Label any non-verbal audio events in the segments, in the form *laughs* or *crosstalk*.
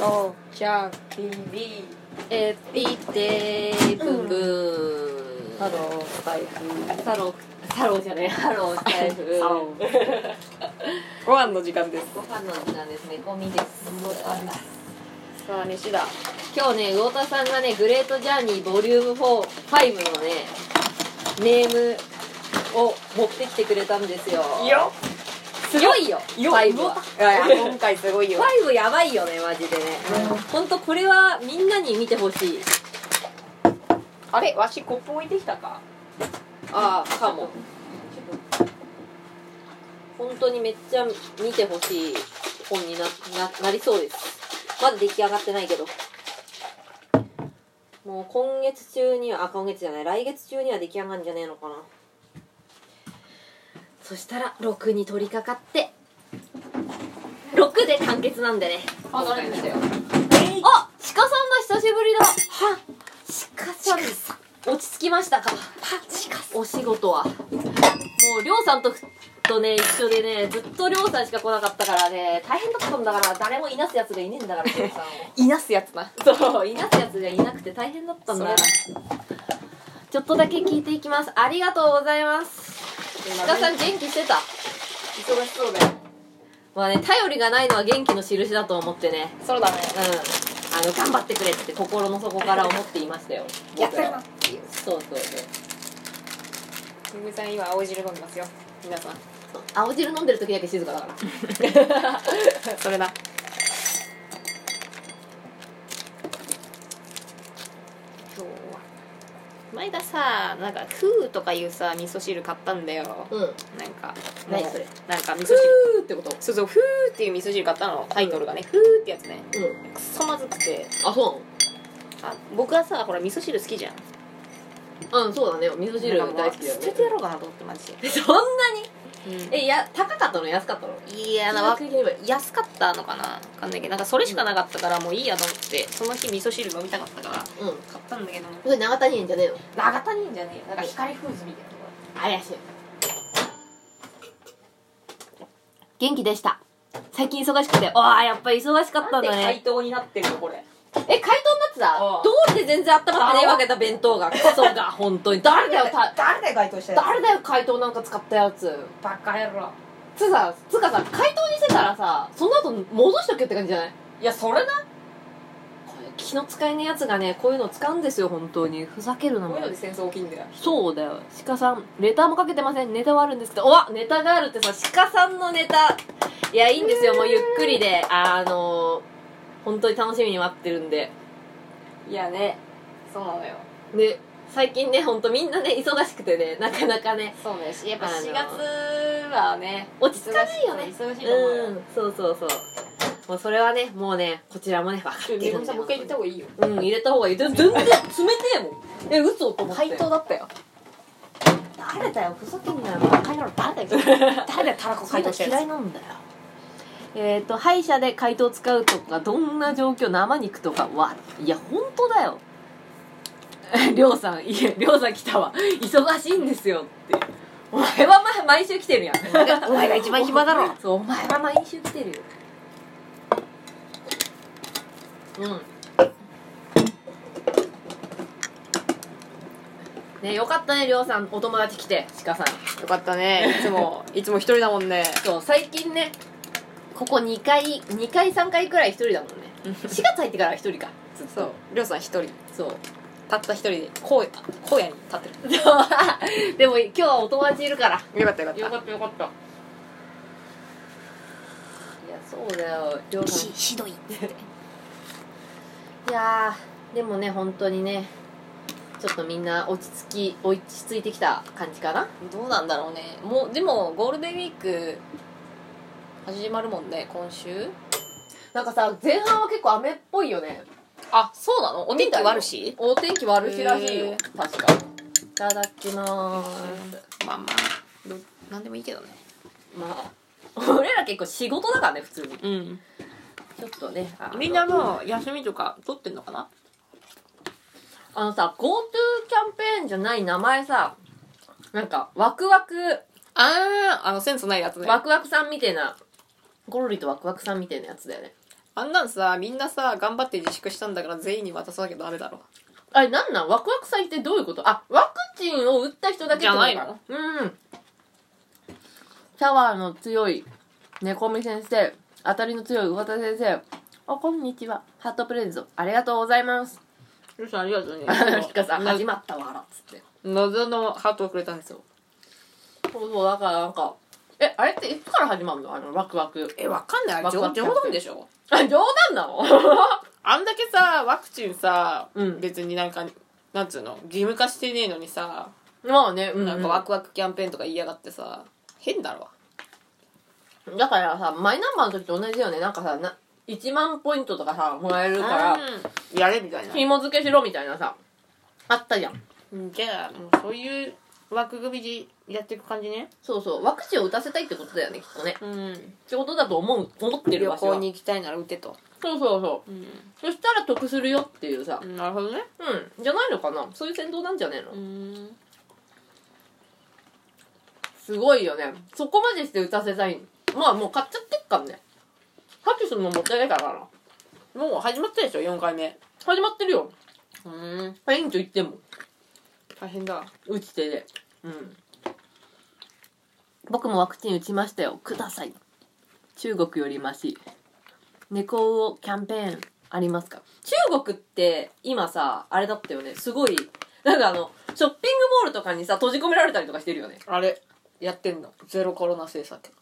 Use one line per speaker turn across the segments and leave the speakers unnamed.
おしゃきび
エピテーブブ
ハロー財
ーサローサローじゃねえハロー財布
布サローご飯の時間です
ご飯の時間ですねゴミです
さあ西田
今日ね魚田さんがね「グレートジャーニーボリューム45のねネームを持ってきてくれたんですよ
よ
すごいよ
よ
5はい
やいや今回すごいよ
5やばいよねマジでねほんとこれはみんなに見てほしい
あれわしコップ置いてきたか
ああかも本当にめっちゃ見てほしい本になななりそうですまだ出来上がってないけどもう今月中にはあ今月じゃない来月中には出来上がるんじゃねえのかなそしたら6に取り掛かって6で完結なんでね
あ慣れてきたよ
あ鹿さんが久しぶりだは鹿さん落ち着きましたかお仕事はもうりょうさんとふとね一緒でねずっとりょうさんしか来なかったからね大変だったんだから誰もいなすやつがいねえんだからりょうさんを
いなすやつな
そういなすやつがいなくて大変だったんだ
そ
ちょっとだけ聞いていきますありがとうございます
鹿
鹿さん元気してた
忙しそうだよ
まあね頼りがないのは元気の印だと思ってね
そうだね
うんあの頑張ってくれって心の底から思っていましたよ
やったな
そうそうそう
めぐみさん今青汁飲んでますよ皆さん
青汁飲んでる時だけ静か *laughs* だから
*laughs* それだ今日は前田さなんか「フー」とかいうさ味噌汁買ったんだよ
うん
なんか
何それ
なんか味噌汁
ふーってこと
そうそう「フー」っていう味噌汁買ったのタイトルがね「フー」ってやつね
うん
くそまずくて
あそ
あ僕はさほら味噌汁好きじゃん
うなのうんそうだね味噌汁
なんかもう
大好きだよ
捨て
ね
てやろうかなと思ってマジで、
*laughs* そんなにえや高かったの安かったの
いやなわ
金額言えばいい
安かったのかなわかんないけどなんかそれしかなかったからもういいやと思ってその日味噌汁飲みたかったから
うん
買ったんだけど
これ長谷園じゃねえの
長谷んじゃねえなんか光フーズみたいなとこ
怪しい元気でした最近忙しくてああやっぱり忙しかったんだね
答になってるのこれ
え解凍になってた
うん
どうりで全然温まってねえわけだ弁当がクソが本当に誰だよた
誰で該当した
誰だよ解凍なんか使ったやつ
バカ野郎
つうさつうかさ解凍にしてたらさその後戻しとけって感じじゃない
いやそれな
これ気の使えねえやつがねこういうの使うんですよ本当にふざけるな
こ
も
ういうの
う
で戦争起きんだよ
そうだよ鹿さんレターもかけてませんネタはあるんですけどおわネタがあるってさ鹿さんのネタいやいいんですよもうゆっくりであの本当に楽しみに待ってるんで
いやねそうなのよ
ね最近ね本当みんなね忙しくてねなかなかね
そうねやっぱ
あのー
4月はね
落ち着かないよね
忙しいと思う
う
よ
んそうそうそうもうそれはねもうねこちらもね分かって
めぐ
るん
み
だ
さんもう一回言った方がいいよ
うん入れた方がいいで全然冷てえもんえ嘘と思って
回答だったよ
誰だよふざけんなよ
回答 *laughs* 誰だよ誰だよタラコ回
回答
答してる
嫌いなんだよえっ、と歯医者で回答使うとかどんな状況生肉とかはいや本当だよ *laughs* りょうさんいえりょうさん来たわ忙しいんですよってお前は毎毎週来てるやん
お前が一番暇だろ
そうお前は毎週来てるようんねよかったねりょうさんお友達来て鹿さん
よかったねいつも *laughs* いつも一人だもんね
そう最近ねここ2回2回3回くらい一人だもんね4月
*laughs*
入ってから一人か
そうりょうさん一人
そう
*laughs* たった一人でこう荒野に立って
でも今日はお友達いるから
るよかったよかった
ったよかったいやそうだよりょうさん
ひどい
いやーでもね本当にねちょっとみんな落ち着き落ち着いてきた感じかな
どうなんだろうねもうでもゴールデンウィーク始まるもんね今週
なんかさ前半は結構雨っぽいよね
あそうなのお天気悪
み
した
いよお天気悪しらしい
へ
よ
ー
確かいただきまーす
まあまあどなんでもいいけどね
まあ俺ら結構仕事だからね普通にち
うん
ょっとねあの
みんなの休みとか取ってんのかな
あのさ GoTo キャンペーンじゃない名前さなんかワクワク
あああのセンスないやつね
ワクワクさんみたいなゴロリとワクワクさんみたいなやつだよね
あんなんさみんなさ頑張って自粛したんだから全員に渡さなきゃダメだろ
あれなんなんワクワク祭ってどういうことあワクチンを打った人だけってことか
じゃないの
うんシャワーの強い猫み先生当たりの強い魚田先生おこんにちはハットプレゼントありがとうございます
*laughs* よしありがとうね
しかさ始まったわらっつって
謎のハートをくれたんですよ
そうそうだからなんかえあれっていつから始まるのあのワクワク
えわかんないあれ
ワクワ
冗
ク
冗談でしょ
あ冗談なの *laughs*
あんだけさワクチンさ、
うん
別になんかなんつうの義務化してねえのにさ
まあねうん,、
なんかワクワクキャンペーンとか言いやがってさ変だろ
だからさマイナンバーの時と同じだよねなんかさな1万ポイントとかさもらえるか
かららやれみたいな
紐付けしろみたいなさあったじゃん
じゃあもうそういう枠組みでやっていく感じね
そうそうワクチンを打たせたいってことだよねきっとね
うん
ってことだと思う思って
旅
るわけは
行に行きたいなら打てと、
そうそうそううそしたら得するよっていうさ
なるほどね
うんじゃないのかなそういう戦闘なんじゃねえの、
ん
すごいよねそこまでして打たせたいまあもう買っちゃってっかんね破棄するのもったいないからな
もう始まったでしょ4回目
始まってるよ
うん
委員長言ってんもん
大変だ
打ち手でうん僕もワクチン打ちましたよください中国よりマシ猫をキャンペーンありますか中国って今さあれだったよねすごいなんかあのショッピングモールとかにさ閉じ込められたりとかしてるよね
あれやってんのゼロコロナ政策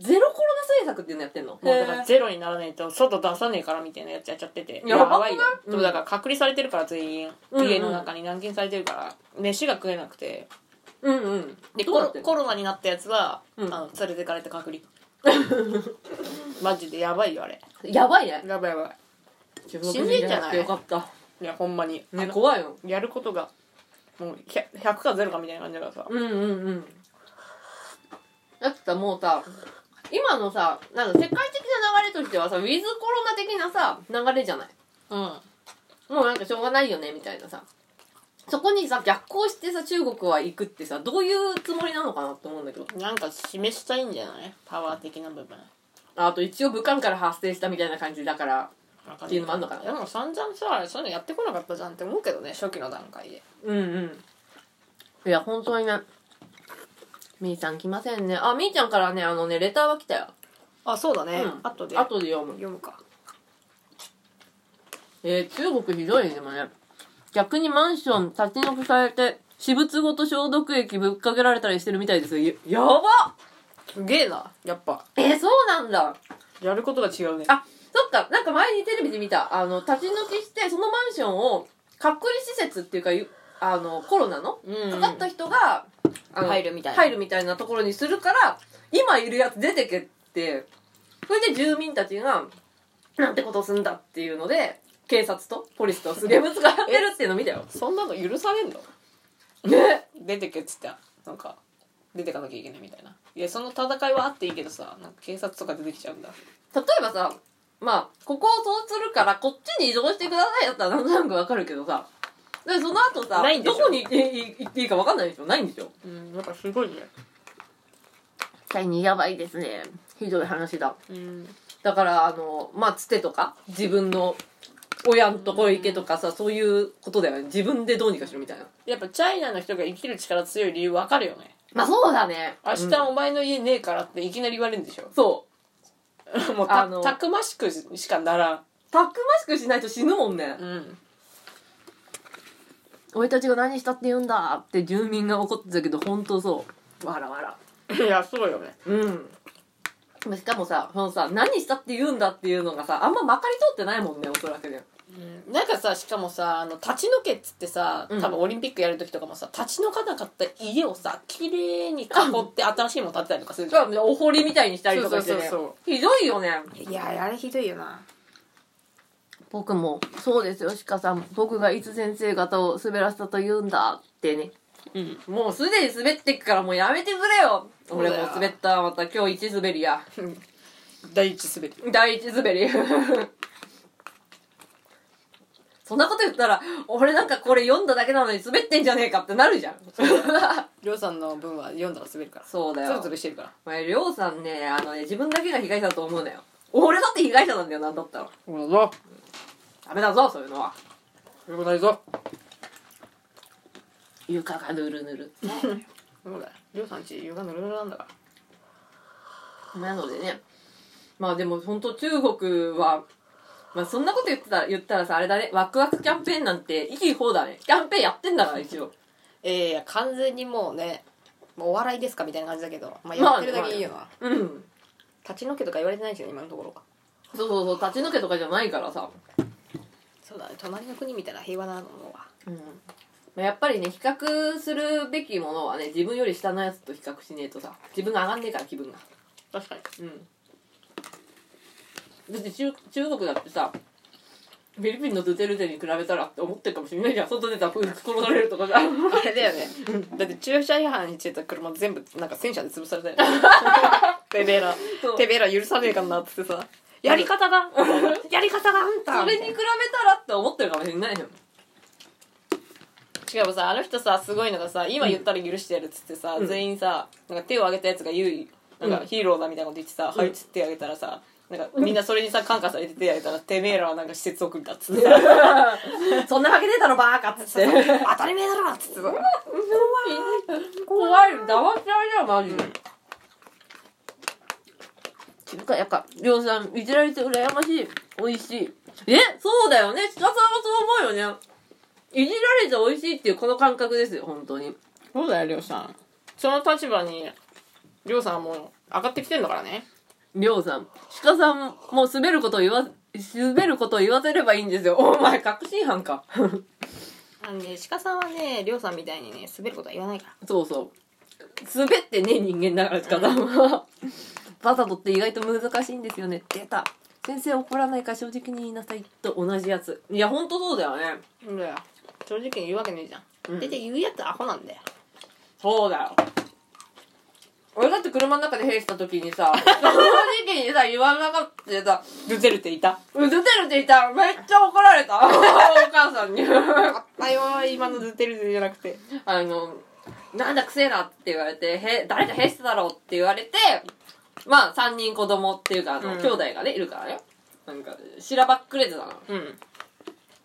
ゼロコロナ政策っていうのやってんの
もうだから
へー
ゼロにならないと外出さねえからみたいなやつやっちゃってて
やばくない
いよ、
うん
でもだから隔離されてるから全員、
うんうん
家の中に軟禁されてるから飯が食えなくて
うんうん
で
ど
コ
うな
ロ
ってんの
コロナになったやつは、
うん
あの連れてかれて隔 *laughs* 離マジでやばいよあれ
やばいね
やばいやばい
死
んでんじゃない
よかった
いやほんまに、
ね怖いよ
やることがもう 100, 100か0かみたいな感じだからさ、
うんうんうんだってさもうさ今のさなんか世界的な流れとしてはさウィズコロナ的なさ流れじゃない
うん、
もうなんかしょうがないよねみたいなさそこにさ逆行してさ中国は行くってさどういうつもりなのかなって思うんだけど
なんか示したいんじゃないパワー的な部分
あと一応武漢から発生したみたいな感じだからっていうのもあんのかな
でも散々さそういうのやってこなかったじゃんって思うけどね初期の段階で
うんうんいや本当にねみーちゃん来ませんねあみーちゃんからねあのねレターは来たよ、
あそうだね、
うん
後で
後で読む
読むか
えー、中国ひどいねでもね逆にマンション立ち退きされて私物ごと消毒液ぶっかけられたりしてるみたいですよややばっ
すげえなやっぱ
えー、そうなんだ
やることが違うね
あそっかなんか前にテレビで見たあの立ち退きしてそのマンションを隔離施設っていうかゆあのコロナの
うん
かかった人が、あの
入るみたいな
入るみたいなところにするから今いるやつ出てけってそれで住民たちがなんてことをすんだっていうので警察とポリスとすげえぶつかってるっていうの見たよ
*laughs* そんなの許されんの
ね
出てけっつってなんか出てかなきゃいけないみたいないやその戦いはあっていいけどさなんか警察とか出てきちゃうんだ
例えばさまあここをそうするからこっちに移動してくださいだったらなんとなくわかるけどさでその後さ
ないんでし
ど
ょ
こに行っていい行っていいかわかんないでしょないんでしょ
うんなんかすごいね
際にやばいですねひどい話だ
うん
だからあのまあつてとか自分の親のところ行けとかさそういうことだよね自分でどうにかしろみたいな
やっぱチャイナの人が生きる力強い理由わかるよね
まあそうだね
明日お前の家ねえからっていきなり言われるんでしょ、
そ
もうた
あの
たくましくしかならん
うたくましくしないと死ぬもんね
うん
俺たちが何したって言うんだって住民が怒ってたけど本当そうわらわら
いやそうよね
うんしかもさそのさ何したって言うんだっていうのがさあんままかり通ってないもんねおそらくね
うんなんかさしかもさあの立ち退けっつってさ
うん
多分オリンピックやる時とかもさ立ち退かなかった家をさ綺麗に囲って新しいもの建てたりとかするじゃん
お堀みたいにしたりとかしてね
そうそうそう
ひどいよね
いやあれひどいよな
僕もそうですよ鹿さん僕がいつ先生方を滑らせたと言うんだってね
うん
もうすでに滑ってくからもうやめてくれよ
そうだ
俺
よ
もう滑ったまた今日一滑りや
第一滑り
第一滑り *laughs* そんなこと言ったら俺なんかこれ読んだだけなのに滑ってんじゃねえかってなるじゃん
りょうさんの分は読んだら滑るから
そうだ
ツルツ
よ
ルしてるから
お前りょうさんねあのね自分だけが被害者だと思うなよ俺だって被害者なんだよなんだったら
そうだぞ
ダメだぞそういうのは
よくないぞ
床がぬるぬる
そうだよりょうさんち床ぬるぬるなんだから
*laughs* なのでねまあでも本当中国はまあそんなこと言ってたら言ったらさあれだねワクワクキャンペーンなんていい方だねキャンペーンやってんだから一応
ええ完全にもうねもうお笑いですかみたいな感じだけど、まあ、やってるだけいいよな、
うん
立ち退けとか言われてないですよね今のところ
そうそうそう立ち退けとかじゃないからさ、
そうだね隣の国みたいな平和なのは
うんまあ、やっぱりね比較するべきものはね自分より下のやつと比較しねえとさ自分が上がんねえから気分が
確かに
うんだって中中国だってさフィリピンのドゥテルテに比べたらって思ってるかもしれないじゃん外出たら殺されるとかさ
あれだよねだって駐車違反してた車全部なんか戦車で潰されたよ *laughs* てめえら
そう
てめえら許さねえかんなっつってさやり方
*laughs*
がやり方があんた
それに比べたらって思ってるかもしれないじゃん
しかもさあの人さすごいのがさ今言ったら許してやるっつってさ、
うん
全員さなんか手を挙げたやつが言うなん
う
か
ん
ヒーローだみたいなこと言ってさ「はい」っつって手挙げたらさなんかみんなそれにさ感化されて手挙げたら「てめえらはなんか施設送りだ」っつってさ
*laughs* そんなわけねえだろバーカっつって *laughs*
当たり前だろっつってさ
怖いよ騙しちゃうじゃんマジで、ていうかやっぱりょうさんいじられて羨ましい美味しいえそうだよねちかさんはそう思うよねいじられて美味しいっていうこの感覚ですよ本当に
そうだよりょうさんその立場にりょうさんはもう上がってきてんだからね
りょうさん鹿さんも滑ることを言わ滑ることを言わせればいいんですよお前確信犯か
あのね鹿さんはねりょうさんみたいにね滑ることは言わないから
そうそう滑ってね人間だから鹿さんは *laughs* バタドって意外と難しいんですよね出た先生怒らないから正直に言いなさいと同じやついやほんとそうだよね
そうだよ正直に言うわけねえじゃん、
うん
大体言うやつアホなんだよ
そうだよ。俺だって車の中で兵した時に *laughs* さ、正直にさ、言わなかったでさ、
ルゼルっていた
うずてるって言ったらめっちゃ怒ら *laughs* れた。お母さんに。
あよ今のルゼルじゃなくて
あの、なんだくせえなって言われて、へ誰か兵しただろうって言われて、まあ3人子供っていうか、あの、
うん
兄弟がね、いるからね。なんか、しらばっくれてたの。
うん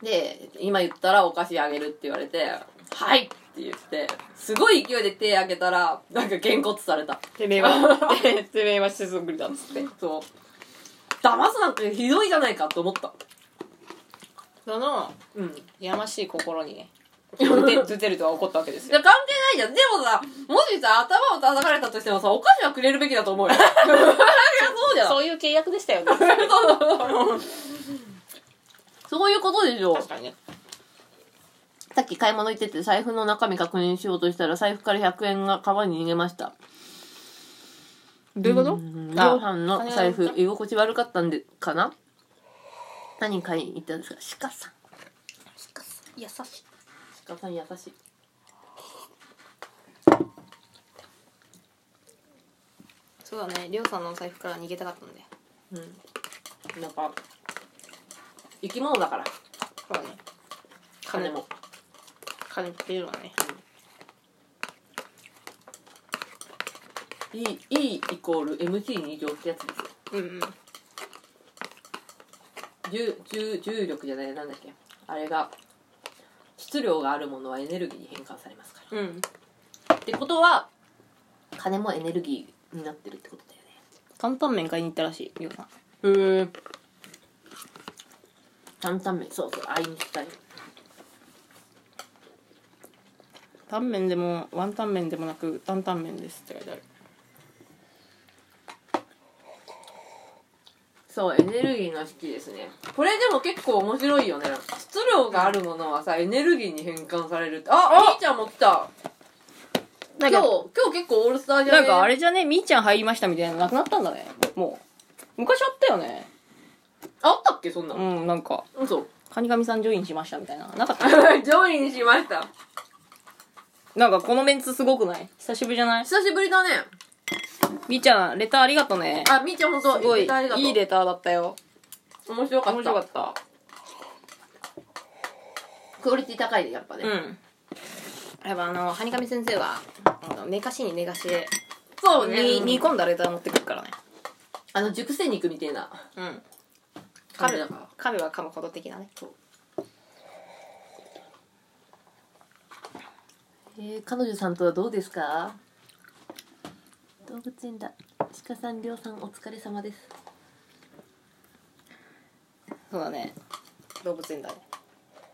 で、今言ったらお菓子あげるって言われて、はいって言って、すごい勢いで手あげたら、なんかげんこつされた。
てめえは *laughs* てめえは施設送りだっつって
そう騙すなんてひどいじゃないかと思った
その
うん
やましい心に *laughs* ねドゥテルとは怒ったわけです *laughs*
い
よ
や関係ないじゃんでもさもしさ頭を叩かれたとしてもさお菓子はくれるべきだと *laughs* 思うよいやそうじゃん
そういう契約でしたよね
そういうことでしょ
確かにね
さっき買い物行ってて財布の中身確認しようとしたら財布から100円が川に逃げました
どういうこと
うん
あ
量販の財布居心地悪かったんでかな何買いに行ったんですか鹿さん
優しい
鹿さん優しい
そうだねりょうさんのお財布から逃げたかったんだよ
うんなんか生き物だから
そうだね
金も
金っていうのはね
いい、いいイコール MC に異常ってやつですよ。
うんうん
重、重、重力じゃない、なんだっけ。あれが、質量があるものはエネルギーに変換されますか
うん
ら。ってことは、金もエネルギーになってるってこと
担々麺買いに行ったらしいりょうさん
だよね。へえ。担々麺、そうそう、アインシュタイン。
タンメンでもワンタンメンでもなく担々麺ですって書いてある
そう、エネルギーの式ですね。これでも結構面白いよね。質量があるものはさ、エネルギーに変換されるって。あ、みーちゃんも来た。
な
今
ん
日、
か
今日結構オールスターじゃね
なんかあれじゃねみーちゃん入りましたみたいなのなくなったんだねもう昔あったよね
あったっけそんなの。
うんなんか
うん、 *laughs* そう。
カニカミさんジョインしましたみたいななかった
ジョインしました。
*laughs* なんかこのメンツすごくない久しぶりじゃない
久しぶりだね。
みーちゃんレターありがとね
あ、みーちゃんほんと、
すごい
レターありがとう
いいレターだったよ
面白かった。
面白かった
クオリティ高いね、やっぱね。
うんやっぱあのはにかみ先生はあの寝かしに寝かしで
そうね。
煮煮込んだレター持ってくるからね
あの熟成肉みたいな
うん
感
噛
じだ
む
から
噛むは噛むほど的なね
えー、彼女さんとはどうですか動物園だ鹿さん、りょうさんお疲れ様です
そうだね動物園だね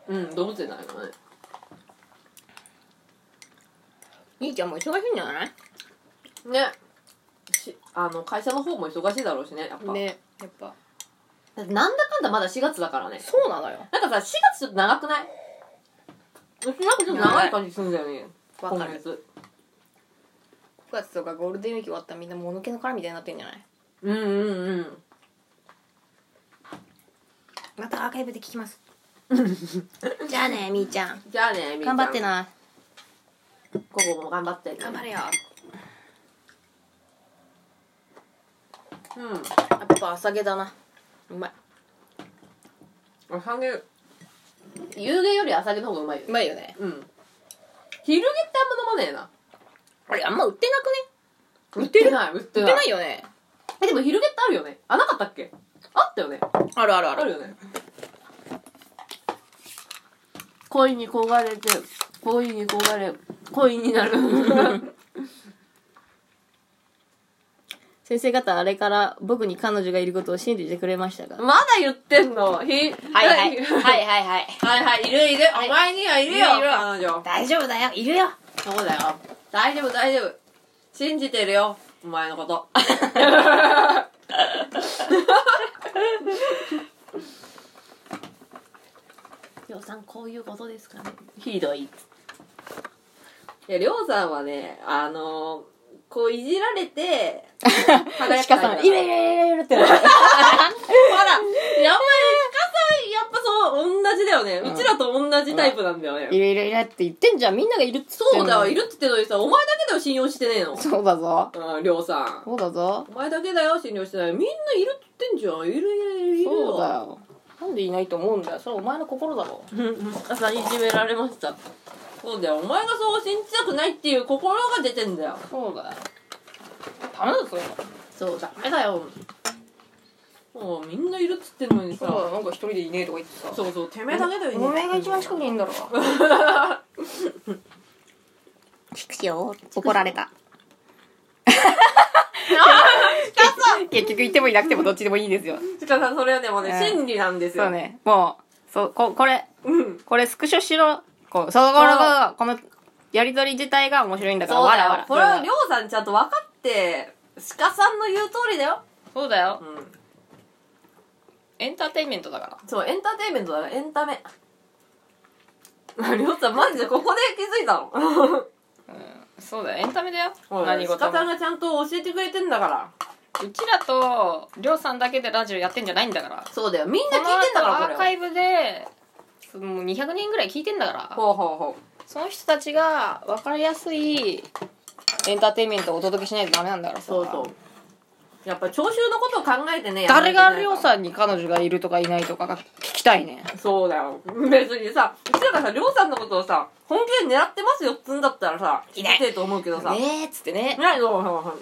うん、動物園だよね
兄ちゃんも忙しいんじゃない
ねしあの会社の方も忙しいだろうしねやっぱ
ねやっぱ
だってなんだかんだまだ4月だからね
そうなのよ
なんかさ4月ちょっと長くないうちなんかちょっと長い感じするんだよね
わか
今
る
月
9月とかゴールデンウィーク終わったらみんなもぬけの殻みたいになってんじゃない
うんうんうん
またアーカイブで聞きます *laughs* じゃあねみーちゃん
じゃあねみーちゃん
頑張ってな
午後も頑張って
頑張
れ
れよ
うん
やっぱ朝毛だなうまい
朝げ夕げより朝げの方がうまいよ
うまいよね
うん昼げってあんま飲まねえな
あれあんま売ってなくね
売ってない売って
売っ
な
てな
い
いよね
えでも昼ゲってあるよねあなかったっけあったよね
あるあるあ
あるよね恋に焦がれて恋に焦がれ恋に *laughs* なる
先生方あれから僕に彼女がいることを信じてくれましたが
まだ言ってんのひ
はいはい
は
はいはい
い
はい
はいいるいる、
はい
お前にはいるよ
いるいる
彼女
大丈夫だよいるよ
そうだよ大丈夫大丈夫信じてるよお前のこと
*laughs* りょうさんこういうことですかねひどい
いやりょうさんはねあのーこういじられて
*laughs*
輝
鹿さんいるいるいるいるってなる
ほら、やっぱり、やっぱそう、同じだよね。
うん
うちらと同じタイプなんだよ
い
ね。
るいるいるって言ってんじゃんみんながいるっつってん
そ
の
うだよ、いるって言ってるのにさ、お前だけだよ、信用してねえの。
そうだぞ
うん、りょうさん。
そうだぞ
お前だけだよ、信用してない。みんないるって言ってんじゃん。いるいるいるいる
そうだ。よなんでいないと思うんだよそれお前の心だろ
朝いじめられました。そうだよ、お前がそう信じたくないっていう心が出てんだよ。
そうだよダメだぞそれ
そう、ダメだよ。もうみんないるっつってんのにさ。
なんか一人でいねえとか言ってさ
そうそう、てめえだけだよ、
お前が一番近くにいんだろピクシオ怒られた結局いてもいなくてもどっちでもいいんですよ
しかさん、それはね、もうね、
うん
真理なんですよ。
そう。ねもうそうここれ
うん。
これスクショしろこうそのこのこのやりとり自体が面白いんだから
そう
わ
だ
らわ
よ
ら。
これはりょうさんちゃんと分かって、鹿さんの言う通りだよ。
そうだよ
うん。
エンターテインメントだから
そう、エンターテインメントだから、エンタメ。りょうさん、マジでここで気づいたの。
そうだよエンタメだよ
何
何
事
事
鹿さん
も
がちゃんと教えてくれてんだから。
うちらとりょうさんだけでラジオやってんじゃないんだから
そうだよ。みんな聞い
この
てんだから、
後
こ
ア
れ
ーカ
は。
イブでそのもう200人ぐらい聞いてんだから
ほうほうほ
その人たちが分かりやすいエンターテインメントをお届けしないとダメなんだから
う。
さ
そうそう。やっぱ聴衆のことを考えてね。
誰がりょう
ん
さんに彼女がいるとかいないとかが聞きたいね
そうだよ。別にさ、うちらがさ、りょうさんのことをさ、本気で狙ってますよっつんだったらさ、
いない
聞てと思うけどさ。ね
えっつってね
ないそうそうそう。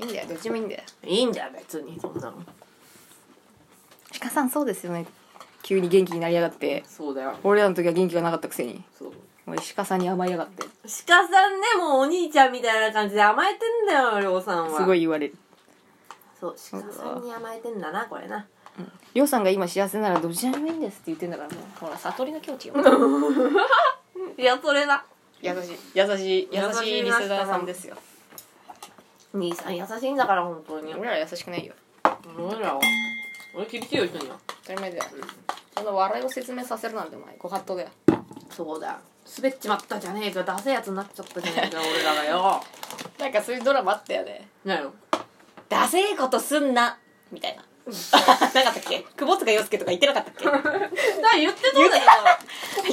いいんだよどっちもいいんだよ
いいんだよ、別に、そんなの。
鹿さんそうですよね急に元気になりやがって
そうだよ。
俺らの時は元気がなかったくせに
そう。
俺鹿さんに甘えやがって
鹿さんね、もうお兄ちゃんみたいな感じで甘えてんだよ、りょうさんは。
すご
い。
い言われる
そう、鹿さんに甘えてんだな、これな。
りょうさんが今幸せならどちらでもいいんですって言ってんだからもうほら悟りの境地よ
いや、それだ。
*laughs* 優しい優しい優しいリスナーさんですよ
兄さん優しいんだから、本当に。
俺ら優しくないよ
俺らは。俺厳しいよ、人には。
当たり前だよその笑いを説明させるなんてお前ご法度だよ
そうだよ。滑っちまったじゃねえか、ダセえやつになっちゃったじゃねえ *laughs* か、俺らがよ。
なんかそういうドラマあったよね
なよ。
ダセえことすんなみたいな *laughs* なかったっけ久保塚洋介とか言ってなかったっけ
だ言ってそうだ け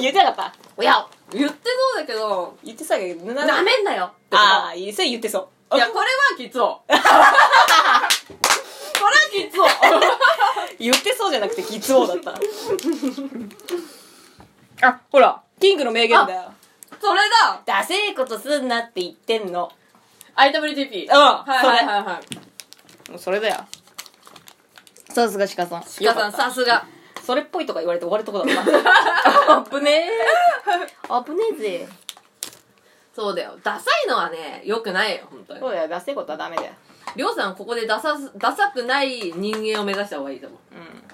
*laughs* 言ってなかったおや
ど、言ってそうだけど、
言ってたけど
なめんなよ。
ああそれ言ってそう
い
い
や、これはきつ *laughs* お。これはき *laughs* つお。
言ってそうじゃなくてきつおだった *laughs* あほらキングの名言だよ
それだ。
ダセえことすんなって言ってんの
IWGP。
うん
はいはいはいはい。
それだよさすが鹿さん
鹿さんさすが
それっぽいとか言われて終わるとこだっ
あぶねえ
た *laughs* 危ねえぜ
そうだよダサいのはねよくないよ本当に
そうだよ出せることはダメだよ
りょうさんはここでダサすダサくない人間を目指した方がいいと思う
うん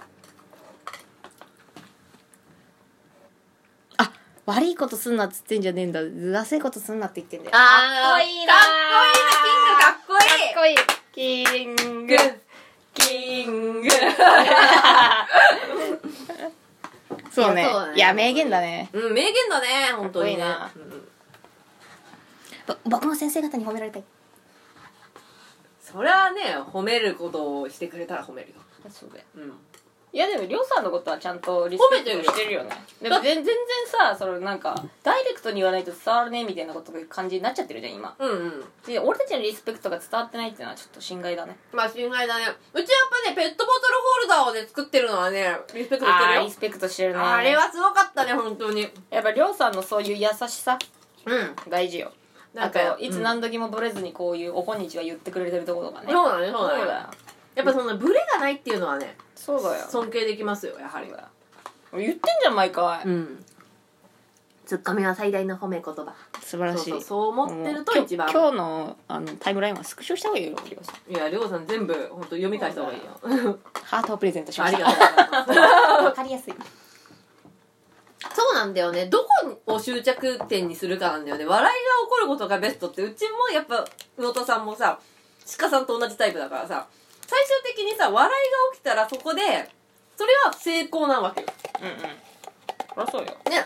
あ悪いことすんなっつってんじゃねえんだ出せえことすんなって言ってんだよ
あ
かっ
ー
こいいなー
かっこいい
か
な
っこいいキング
キングかっこいいキン
*laughs*
グ
そうね
いやそうだね
いや名言だね
うん名言だね本当にね
かっこ
うん
ぼ僕も先生方に褒められたい
それはね褒めることをしてくれたら褒めるよ
そうだよ
うん
いやでもりょうさんのことはちゃんとリスペクトしてるよねでも
だ
全全然さそのなんかダイレクトに言わないと伝わるねみたいなことが感じになっちゃってるじゃん今
うんうん
で俺たちのリスペクトが伝わってないっていうのはちょっと心外だね
まあ心外だねうちやっぱねペットボトルホルダーをね作ってるのはねリスペクトしてる
あー
よ
リスペクトしてるね
あれはすごかったね本当に
やっぱりょうさんのそういう優しさ
うん
大事よ
な
あ
んか
といつ何時もブレずにこういう「おこんにちは」言ってくれてるところがね
そうだねそう
そ
だ
う
ね
だよ
やっぱそんなブレがないっていうのはね
そうだよ
尊敬できますよやはり
だよ言ってんじゃん毎回
うんツッコミは最大の褒め言葉
素晴らしい
そうそうそう思ってると
もう
一番
今日今日のあのタイムラインはスクショした方がいいよりょうさん
いやりょうさん全部本当読み返した方がいいよ
ハートをプレゼントしま
あ
し
り
た
がとうございます
わかりやすい
*laughs* そうなんだよね。どこを執着点にするかなんだよね。笑いが起こることがベストって、うちもやっぱ、魚田さんもさ、鹿さんと同じタイプだからさ、最終的にさ、笑いが起きたらそこで、それは成功なわけよ。
うんうんそりゃそうよ
ね。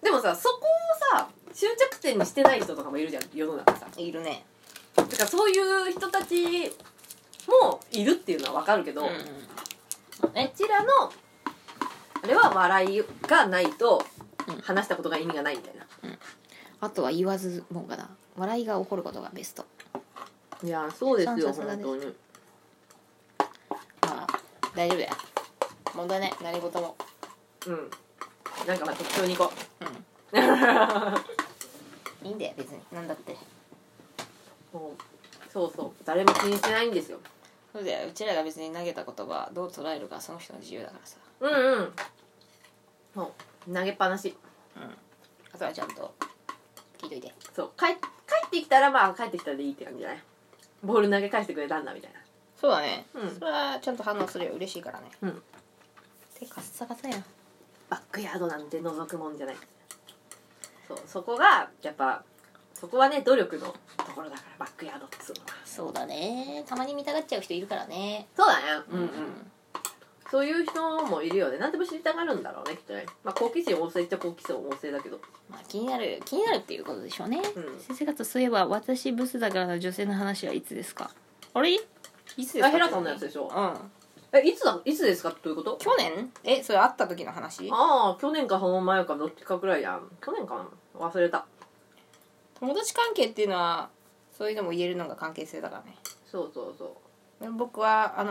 でもさ、そこをさ、執着点にしてない人とかもいるじゃん、世の中さ。
いるね
だからそういう人たちもいるっていうのはわかるけど、
うん
うちらの、あれは笑いがないと
うん、
話したことが意味がないみたいな。
あとは言わずもがな笑いが起こることがベスト
いやそうです
さ
よ本
すがです
当に
まあ大丈夫だよ問題ない何事も
うんなんかまあ適当に行こ
いいんだよ別に何だって
うもう *laughs* そうそう誰も気にしてないんですよ
そうだようちらが別に投げた言葉どう捉えるかその人の自由だからさ
うんうんもう投げっぱなし
あとはちゃんと聞いといて
そう帰帰ってきたらまあ帰ってきたでいいって感じじゃないボール投げ返してくれたんだみたい
そうだね
なうん
それはちゃんと反応するよ嬉しいからね
うん
手カッサカサやん
バックヤードなんて覗くもんじゃないそうそこがやっぱそこはね努力のところだからバックヤードっつうのは
そうだねたまに見たがっちゃう人いるからね
そうだねうんうんそういう人もいるよね何でも知りたがるんだろうねきっとねまあ好奇心旺盛っちゃ好奇心旺盛だけど
まあ気になる気になるっていうことでしょうね、
うん
先生方そういえば私ブスだからの女性の話はいつですかあれいつですか
あヘラさんのやつでしょ
うん
えいつだいつですかということ
去年えそれ会った時の話
ああ去年かその前かどっちかくらいやん去年かな忘れた
友達関係っていうのはそういうのも言えるのが関係性だからね
そうそうそ
僕はあの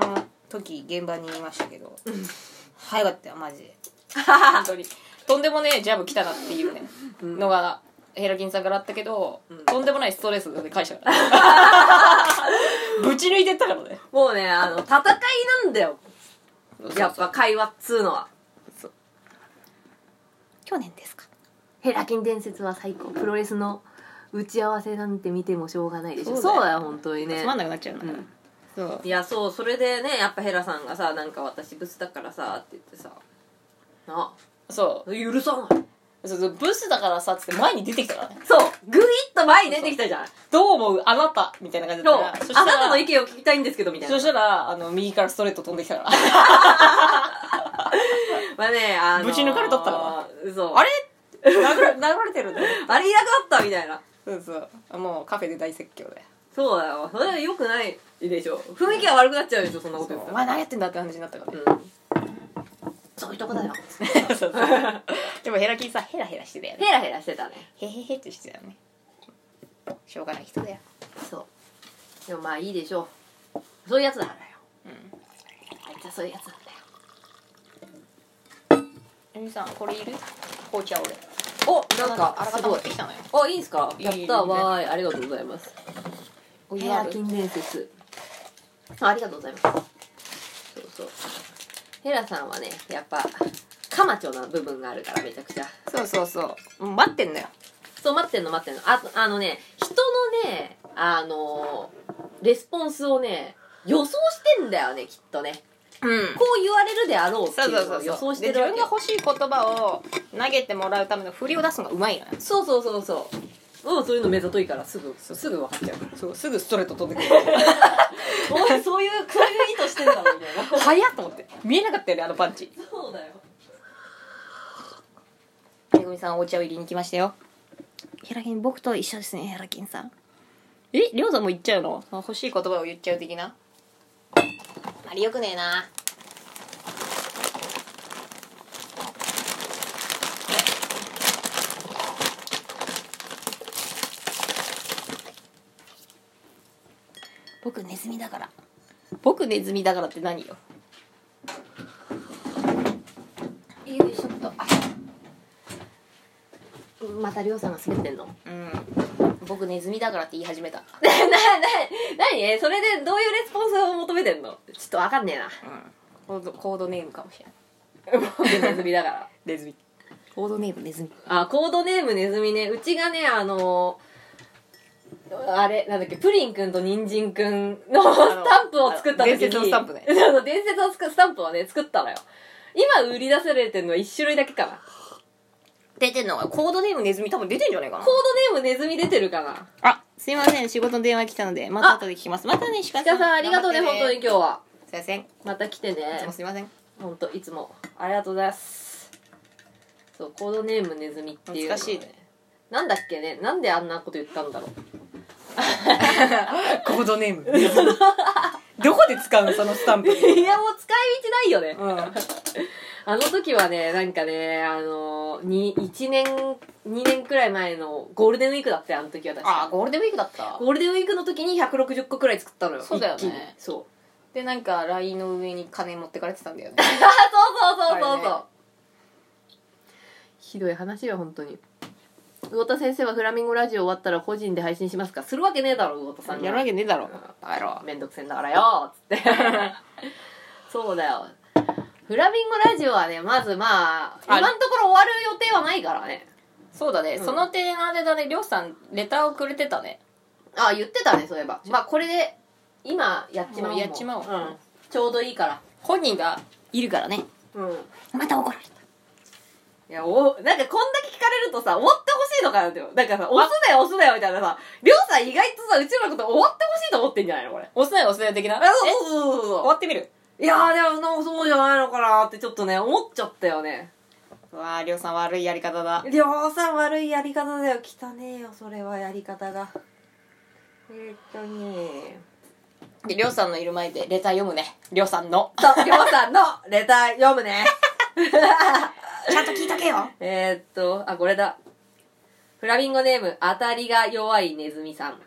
時現場にいましたけど早かったよマジで *laughs* 本当にとんでもねえジャブ来たなっていうね
う、うん
のがヘラキンさんからあったけど、
うん
とんでもないストレスで返 *laughs* したからぶち抜いてったからね
もうねあの戦いなんだよやっぱ会話っつうのは
去年ですか
ヘラキン伝説は最高プロレスの打ち合わせなんて見てもしょうがないでしょ
そうだよ
そうだよ本当にね
つまんなくなっちゃうんだから、
うん
そう
いやそうそれでねやっぱヘラさんがさなんか私ブスだからさって言ってさな
そ
許さないう
そうそうブスだからさっつって前に出てきたからね
そうグイッと前に出てきたじゃん
どう思うあなたみたいな感じだ
そ
っ
う
たからそしたら
あなたの意見を聞きたいんですけどみたいな
そしたらあの右からストレート飛んできたから
まあね、あのー、
ぶち抜かれとったわ
そう。
あ
れ
れ殴ら殴られてるんだよ
あれいなくなったみたいな。
そうそうもうカフェで大説教で
そうだよ。それは良くないでしょ。雰囲気が悪くなっちゃうでしょ、そんなこと言っ
お
た
前
ら。
何やってんだって話になったからね
うん。そういうとこだよ。
*laughs*
そうそうでもヘラキンさヘラヘラしてたよね
*laughs* ヘラヘラしてたね。
へへへってしてたよねしょうがない人だよ
そう。でもまあいいでしょう。そういうやつなんだよ。
うん
あいつはそういうやつなんだよ。
ゆみさんこれいる紅茶俺
おなん
あ
からす
かた持
ごい
っ。てきたのよ
あ、いいんすか
いい
や
よ
ったわーい。ありがとうございます。
お湯
ヘ
あ
ラ
る
金伝説。あありがとうございます。そうそうヘラさんはねやっぱカマチョな部分があるからめちゃくちゃ
そうそうそう待ってんだよ
そう待ってんの待ってんのああのね人のねあのーレスポンスをね予想してんだよねきっとね
うん
こう言われるであろうって
そう
い
そう
うの
そ
を
う
予
そ
想
う
して
で
る
自
わ
分
け
が欲しい言葉を投げてもらうための振りを出すのがうまいのよ
そうそうそうそううんそういうの目ざといからすぐすぐ分かっちゃう
そうすぐストレート飛んでくる
お前 *laughs* そういうそういう意図してんだろみたいな
*laughs* 早っと思って見えなかったよねあのパンチ
そうだよ
めぐみさんお茶を入りに来ましたよヘラキン僕と一緒ですねヘラキンさんえりょうさんも言っちゃうの欲しい言葉を言っちゃう的な
あれよくねえな
僕ネズミだから僕ネズミだからって何よ
よいしょっとあまたりょうさんが滑ってんの *laughs*
う
な
ん僕ネズミだからって言い始めた
なななにそれでどういうレスポンスを求めてんのちょっとわかんねえな
うんコードコードネームかもしれない
*laughs* 僕ネズミだから
ネズミコードネームネズミ
あコードネームネズミねうちがねあのあれなんだっけプリンくんと人参くんのスタンプを作った時に
伝説のスタンプね
*laughs* そうそう伝説のススタンプをね作ったのよ今売り出されてるのは一種類だけかな
出てんのがコードネームネズミ多分出てんじゃないかな
コードネームネズミ出てるかな
あすいません仕事の電話来たのでまた後で聞きますまたね鹿
鹿さんありがとうね
頑張
本
って
当に今日は
すいませんい
また来て
つ
ね
もすいません
本当いつもありがとうございますそうコードネームネズミっていうの
懐
が
かしいね
なんだっけねなんであんなこと言ったんだろう
*laughs* コードネーム *laughs* どこで使うのそのスタンプ
いやもう使い道ないよね
うん
あの時はね、なんかね、あの、に、1年、2年くらい前のゴールデンウィークだって、あの時は確
あ
か。
ゴールデンウィークだった
ゴールデンウィークの時に160個くらい作ったのよ。
そうだよね
一気にそう。
でなんか LINE の上に金持ってかれてたんだよね
*laughs* あ、そうそうそうそうそう。
あれね
ひどい話よ、本当に。魚田先生はフラミンゴラジオ終わったら個人で配信しますかするわけねえだろ、魚田さんが。
やるわけねえだろ
だろめんどくせえんだからよつって *laughs* そうだよフラミンゴラジオはねまずまあ
あ
今のところ終わる予定はないからね
そうだね、
うん
その点あれだねりょうさんレターをくれてたね
あ言ってたねそういえばまあこれで今やっちまおう、
もうやっちまおうん
ちょうどいいから
本人がいるからね
うんい
また怒られた
やおなんかこんだけ聞かれるとさ終わってほしいのかなってよなんかさ押すなよ押すなよみたいなさりょうさん意外とさうちらのこと終わってほしいと思ってんじゃないのこれ
押せない押せない的な
あそうそうそうそう
終わってみる
いやーでもなそうじゃないのかなってちょっとね思っちゃったよね
うわーりょうさん悪いやり方だ
りょうさん悪いやり方だよ汚ねえよそれはやり方がえーっとね
でりょうさんのいる前でレター読むねりょうさんの
そうりょうさんのレター読むね
ちゃんと聞いとけよ
えーっとあこれだフラミンゴネーム当たりが弱いネズミさん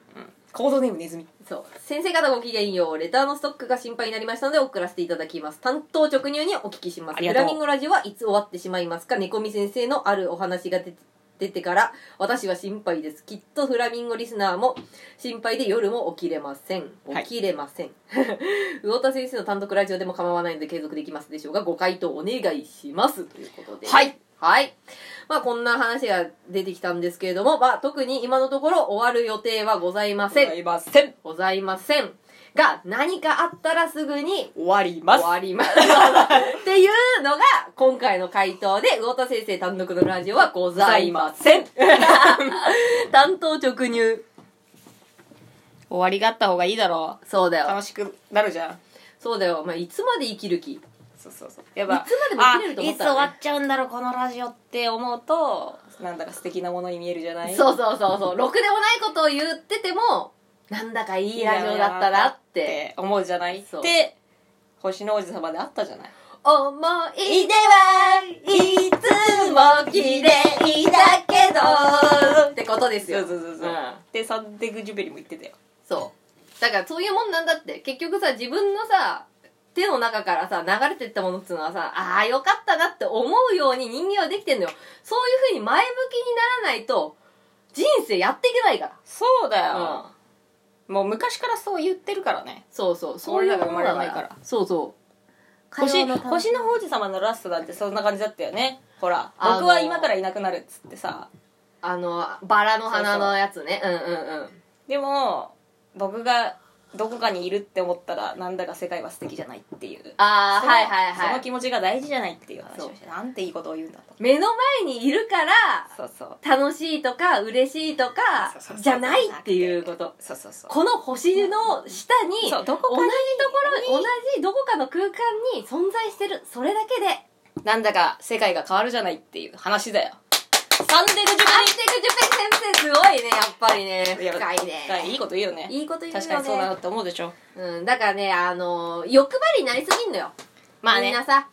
コードネームネズミ
そう先生方ごきげんようレターのストックが心配になりましたので送らせていただきます担当直入にお聞きしま
あ
すフ
りがとう
ラミンゴラジオはいつ終わってしまいますか猫み先生のあるお話が出て出てから私は心配ですきっとフラミンゴリスナーも心配で夜も起きれません
はい
起きれません、 *laughs* 魚田先生の単独ラジオでも構わないので継続できますでしょうかご回答お願いしますということで
はい
はい。まあこんな話が出てきたんですけれども、まあ特に今のところ終わる予定はございません。
いません
ございませんが何かあったらすぐに
終わりま
終
す
わりますっていうのが今回の回答で魚田先生単独のラジオはございません
*laughs*
担当直入
終わりがあった方がいいだろ
そうだ
う
よ
楽しくなるじゃん
そうだよ、まあ、いつまで生きる気
そうそうそうやっぱ
いつまでも生きれると思ったらね
あいつ終わっちゃうんだろうこのラジオって思うとなんだか素敵なものに見えるじゃない
そうそうそうそうろくでもないことを言っててもなんだかいいラジオだったなって
思うじゃない
そう
で星の王子様であったじゃない
思い出はいつも綺麗だけどってことです
そ
よ
うそうそうそう、
ん
でサンデグジュベリも言ってたよ
そうだからそういうもんなんだって結局さ自分のさ手の中からさ流れてったものっつうのはさああよかったなって思うように人間はできてんのよそういうふうに前向きにならないと人生やっていけないか
そうだ
ら、
よ、もう昔からそう言ってるからね
そうそうそういうものだ
俺らが生まれないから
そうそ
星
火曜の担当
星の王子様のラストだってそんな感じだったよねほら
あの
僕は今からいなくなるっつってさ
あのバラの花のやつねうんうんうん
でも僕がどこかにいるって思ったらなんだか世界は素敵じゃないっていう
あ
そ
あ
の
はいはい
そ
は
の
い
気持ちが大事じゃないっていう話
そ
を
う
してなんていいことを言うんだと
目の前にいるから
そうそう
楽しいとか嬉しいとか
そうそうそう
じゃないっていうこと
そうそうそう
この星の下に
そうどこ
同
か
じ
に
ところ同じどこかの空間に存在してるそれだけで
なんだか世界が変わるじゃないっていう話だよサンデグジ
アンテクジュペン先生すごいねやっぱりね
ュペ
深い
いやい
ね
いこと言うよね
いいこと言うよね
確かにそうだなって思うでしょ
うんだからねあの欲張りになりすぎんのよ
まあ
み
ね
んなさ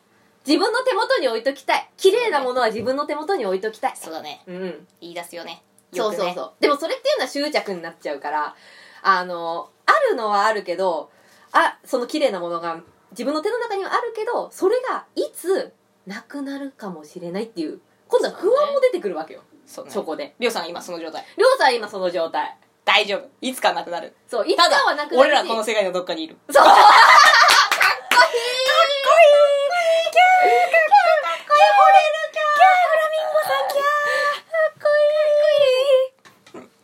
自分の手元に置いときたい綺麗なものは自分の手元に置いときたい
そうだね
うん
言い出すよね
そ
よ
う
くね
そうそう、でもそれっていうのは執着になっちゃうからあのあるのはあるけどあその綺麗なものが自分の手の中にはあるけどそれがいつなくなるかもしれないっていう今度は不安も出てくるわけよ
そうね
そこで
りょうさんは今その状態
りょうさん今その状態
大丈夫いつかなくなる
そういつか
ただ
はなくな
俺
るし
らこの世界のどっかにいる
そうかっこいいかっこいいキャーかっこいい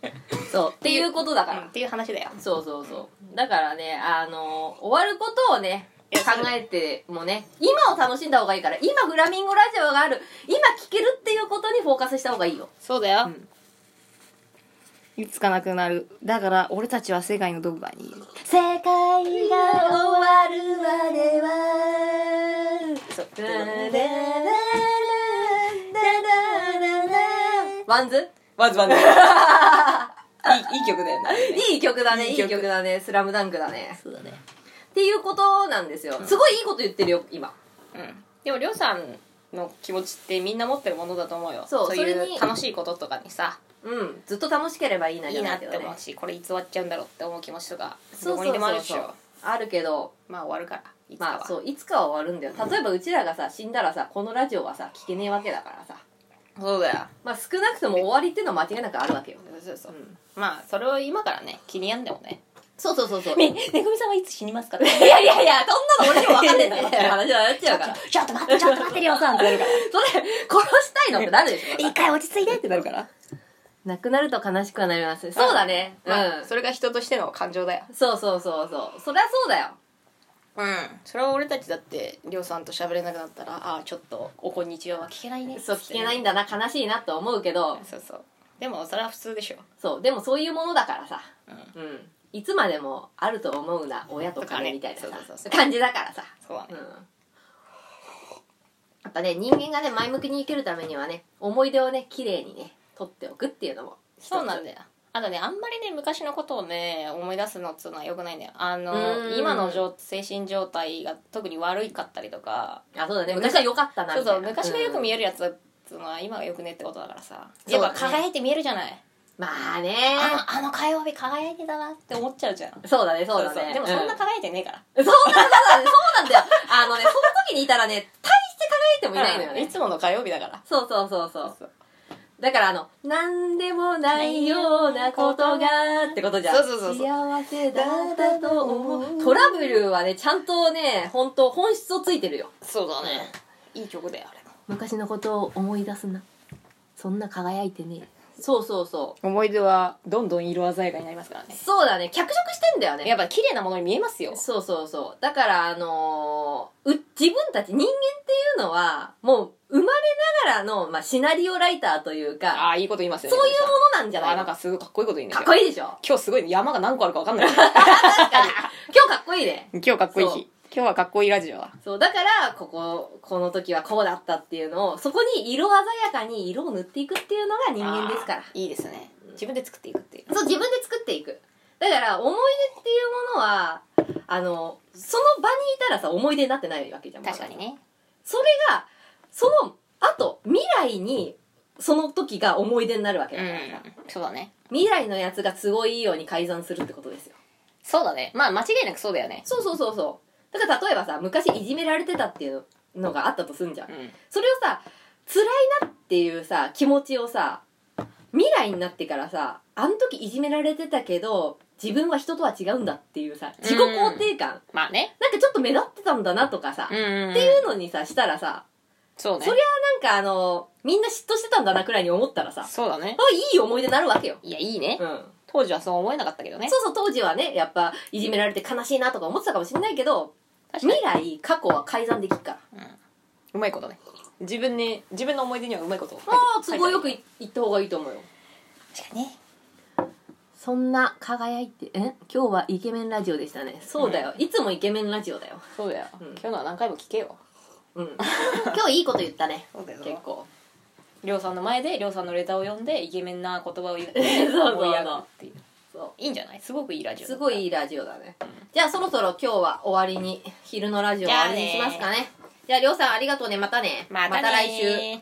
惚れるキャーフラミンゴさんキャーかっこいいかっこいいそうっていうことだから、
っていう話だよ
そうそうそうだからねあの終わることをね
いや
考えてもね今を楽しんだ方がいいから今フラミンゴラジオがある今聴けるっていうことにフォーカスした方がいいよ
そうだよ、
うん
いつかなくなるだから俺たちは世界のどこかにいる
世界が終わるまでは
*laughs* そう
ワンズ
まず *laughs* まずいいいい曲だよね
いい曲だねい
い
い
い
曲
曲
だねスラムダンクだね
そうだね
っていうことなんですよすごいいいこと言ってるよ今
うんでもりょうさんの気持ちってみんな持ってるものだと思うよ
そう
い
それに
う楽しいこととかにさ
うんずっと楽しければいいないじ
い
ゃな
ないっ
け
て
どね
思うしこれいつ終わっちゃうんだろうって思う気持ちとか
そ
ど
う
こ
そう
にで
そう
もあるでし
そ
ょ
うあるけど
まあ終わるからいつかは、
まあそういつかは終わるんだよ例えばうちらがさ死んだらさこのラジオはさ聞けねえわけだからさ
そうだよ
まあ少なくとも終わりっていうのは間違いなくあるわけよ
そうそうそう、
ん
まあそれを今からね気にやんでもね
そうそうそうそう
ねねぐみさん *laughs* はいつ死にますか
いやいやいや、そんなの俺にも分かってんだよって *laughs* 話になっちゃうから。
ちょっと待ってちょっと待ってりょうさんってなるから
それ、殺 *laughs* したいのってなるでしょ
一回落ち着いてってなるから
なくなると悲しくはなります。そうだね。うん。
まあそれが人としての感情だよ
そうそうそうそう。そりゃそうだよ。
うんそれは俺たちだってりょうさんと喋れなくなったらああちょっとおこんにちはは聞けないね
そう、聞けない
ん
んだな、悲しいなと思うけど、
そうそうでもそれは普通でしょ
そう、でもそういうものだからさ。
うん
うん。いつまでもあると思うな、親と金みたいなさ
とかねそうそうそう
感じだからさ。
そうだ
う
ね
ん。やっぱね、人間がね、前向きに生きるためにはね、思い出をね、綺麗にね、取っておくっていうのも。
そうなんだよあとねあんまりね昔のことをね思い出すのっつうのはよくないんだよあ
う
の
ん
今の状精神状態が特に悪いかったりとか
あ、そうだね。昔は良かったな
そう
みた
そ
いうな
昔がよく
うん
見えるやつだっつうのは今がよくねってことだからさ
そ
や
う
っ
だね
ぱ輝いて見えるじゃない
ま
*laughs*
あね
あのあの火曜日輝いてたなって思っちゃうじゃん
そうだねそうだね
でもそんな
う
輝いてねえから
そうなんだそうなんだよあのねその時にいたらね大して輝いてもいないのよ
うんい
ね
つもの火曜日だから
そうそうそうそう
そう
だからあの「なんでもないようなことが」ってことじゃん
そうそうそうそう
幸せだったと思うトラブルはねちゃんとね本当本質をついてるよ
そうだねいい曲だよあれ
昔のことを思い出すなそんな輝いてねそうそうそう
思い出はどんどん色鮮やかになりますからね
そうだね脚色してんだよね
やっぱ綺麗なものに見えますよ
そうそうそう。だから、あのーう、自分たち、人間っていうのは、もう、生まれながらの、まあ、シナリオライターという
あ
か、
あいいこと言います
そうい
よ
う
ね
ものなんじゃない
あなん
の
かすごいかっこいいこと言うんです
かっ
よ
こいいでしょ
今日すごいね山が何個あるか分かんない
確かに。今日かっこいいね。
今日かっこいい
そう
日今日はかっこいいラジオだ
そう、だから、ここ、この時はこうだったっていうのを、そこに色鮮やかに色を塗っていくっていうのが人間ですから
あ。ーいいですね自分で作っていくっていう
そう、自分で作っていく。だから、思い出っていうものは、あの、その場にいたらさ、思い出になってないわけじゃん。まだ
確かにね
それが、その後、未来に、その時が思い出になるわけだからさ、
そうだね
未来のやつが都合いいように改ざんするってことですよ。
そうだねまあ間違いなくそうだよね
そうそうそうそう。だから例えばさ、昔いじめられてたっていうのがあったとすんじゃん。
うん
それをさ、辛いなっていうさ、気持ちをさ、未来になってからさ、あの時いじめられてたけど、自分は人とは違うんだっていうさ自己肯定感、
まあね
なんかちょっと目立ってたんだなとかさ、
うん
っ
うん
ていうのにさしたらさ
そうね
そりなんかあのみんな嫉妬してたんだなくらいに思ったらさ
そうだね
あいい思い出になるわけよ、
いやいいね、
うん、
当時はそう思えなかったけどね
そうそう当時はねやっぱいじめられて悲しいなとか思ってたかもしれないけど
確かに
未来過去は改ざんできるから
うまいことね自分に自分の思い出にはうまいこと
もう都合よくい言った方がいいと思うよ
確かにね
そんな輝いてえ今日はイケメンラジオでしたねそうだよ、いつもイケメンラジオだよ
そうだよ、
うん
今日のは何回も聞けよ
うん *laughs* 今日いいこと言ったね
そうだよ
結構
りょうさんの前でりょうさんのレターを読んでイケメンな言葉を言って
*laughs* そうそうそう
盛り上がるっていう
そ
いいんじゃないすごくいいラ
う
ジオ
すごいいいラジオだねじゃあそろそろ今日は終わりに昼のラジオ終わりにしますかねじゃありょうさんありがとうねまたね
またねー
来週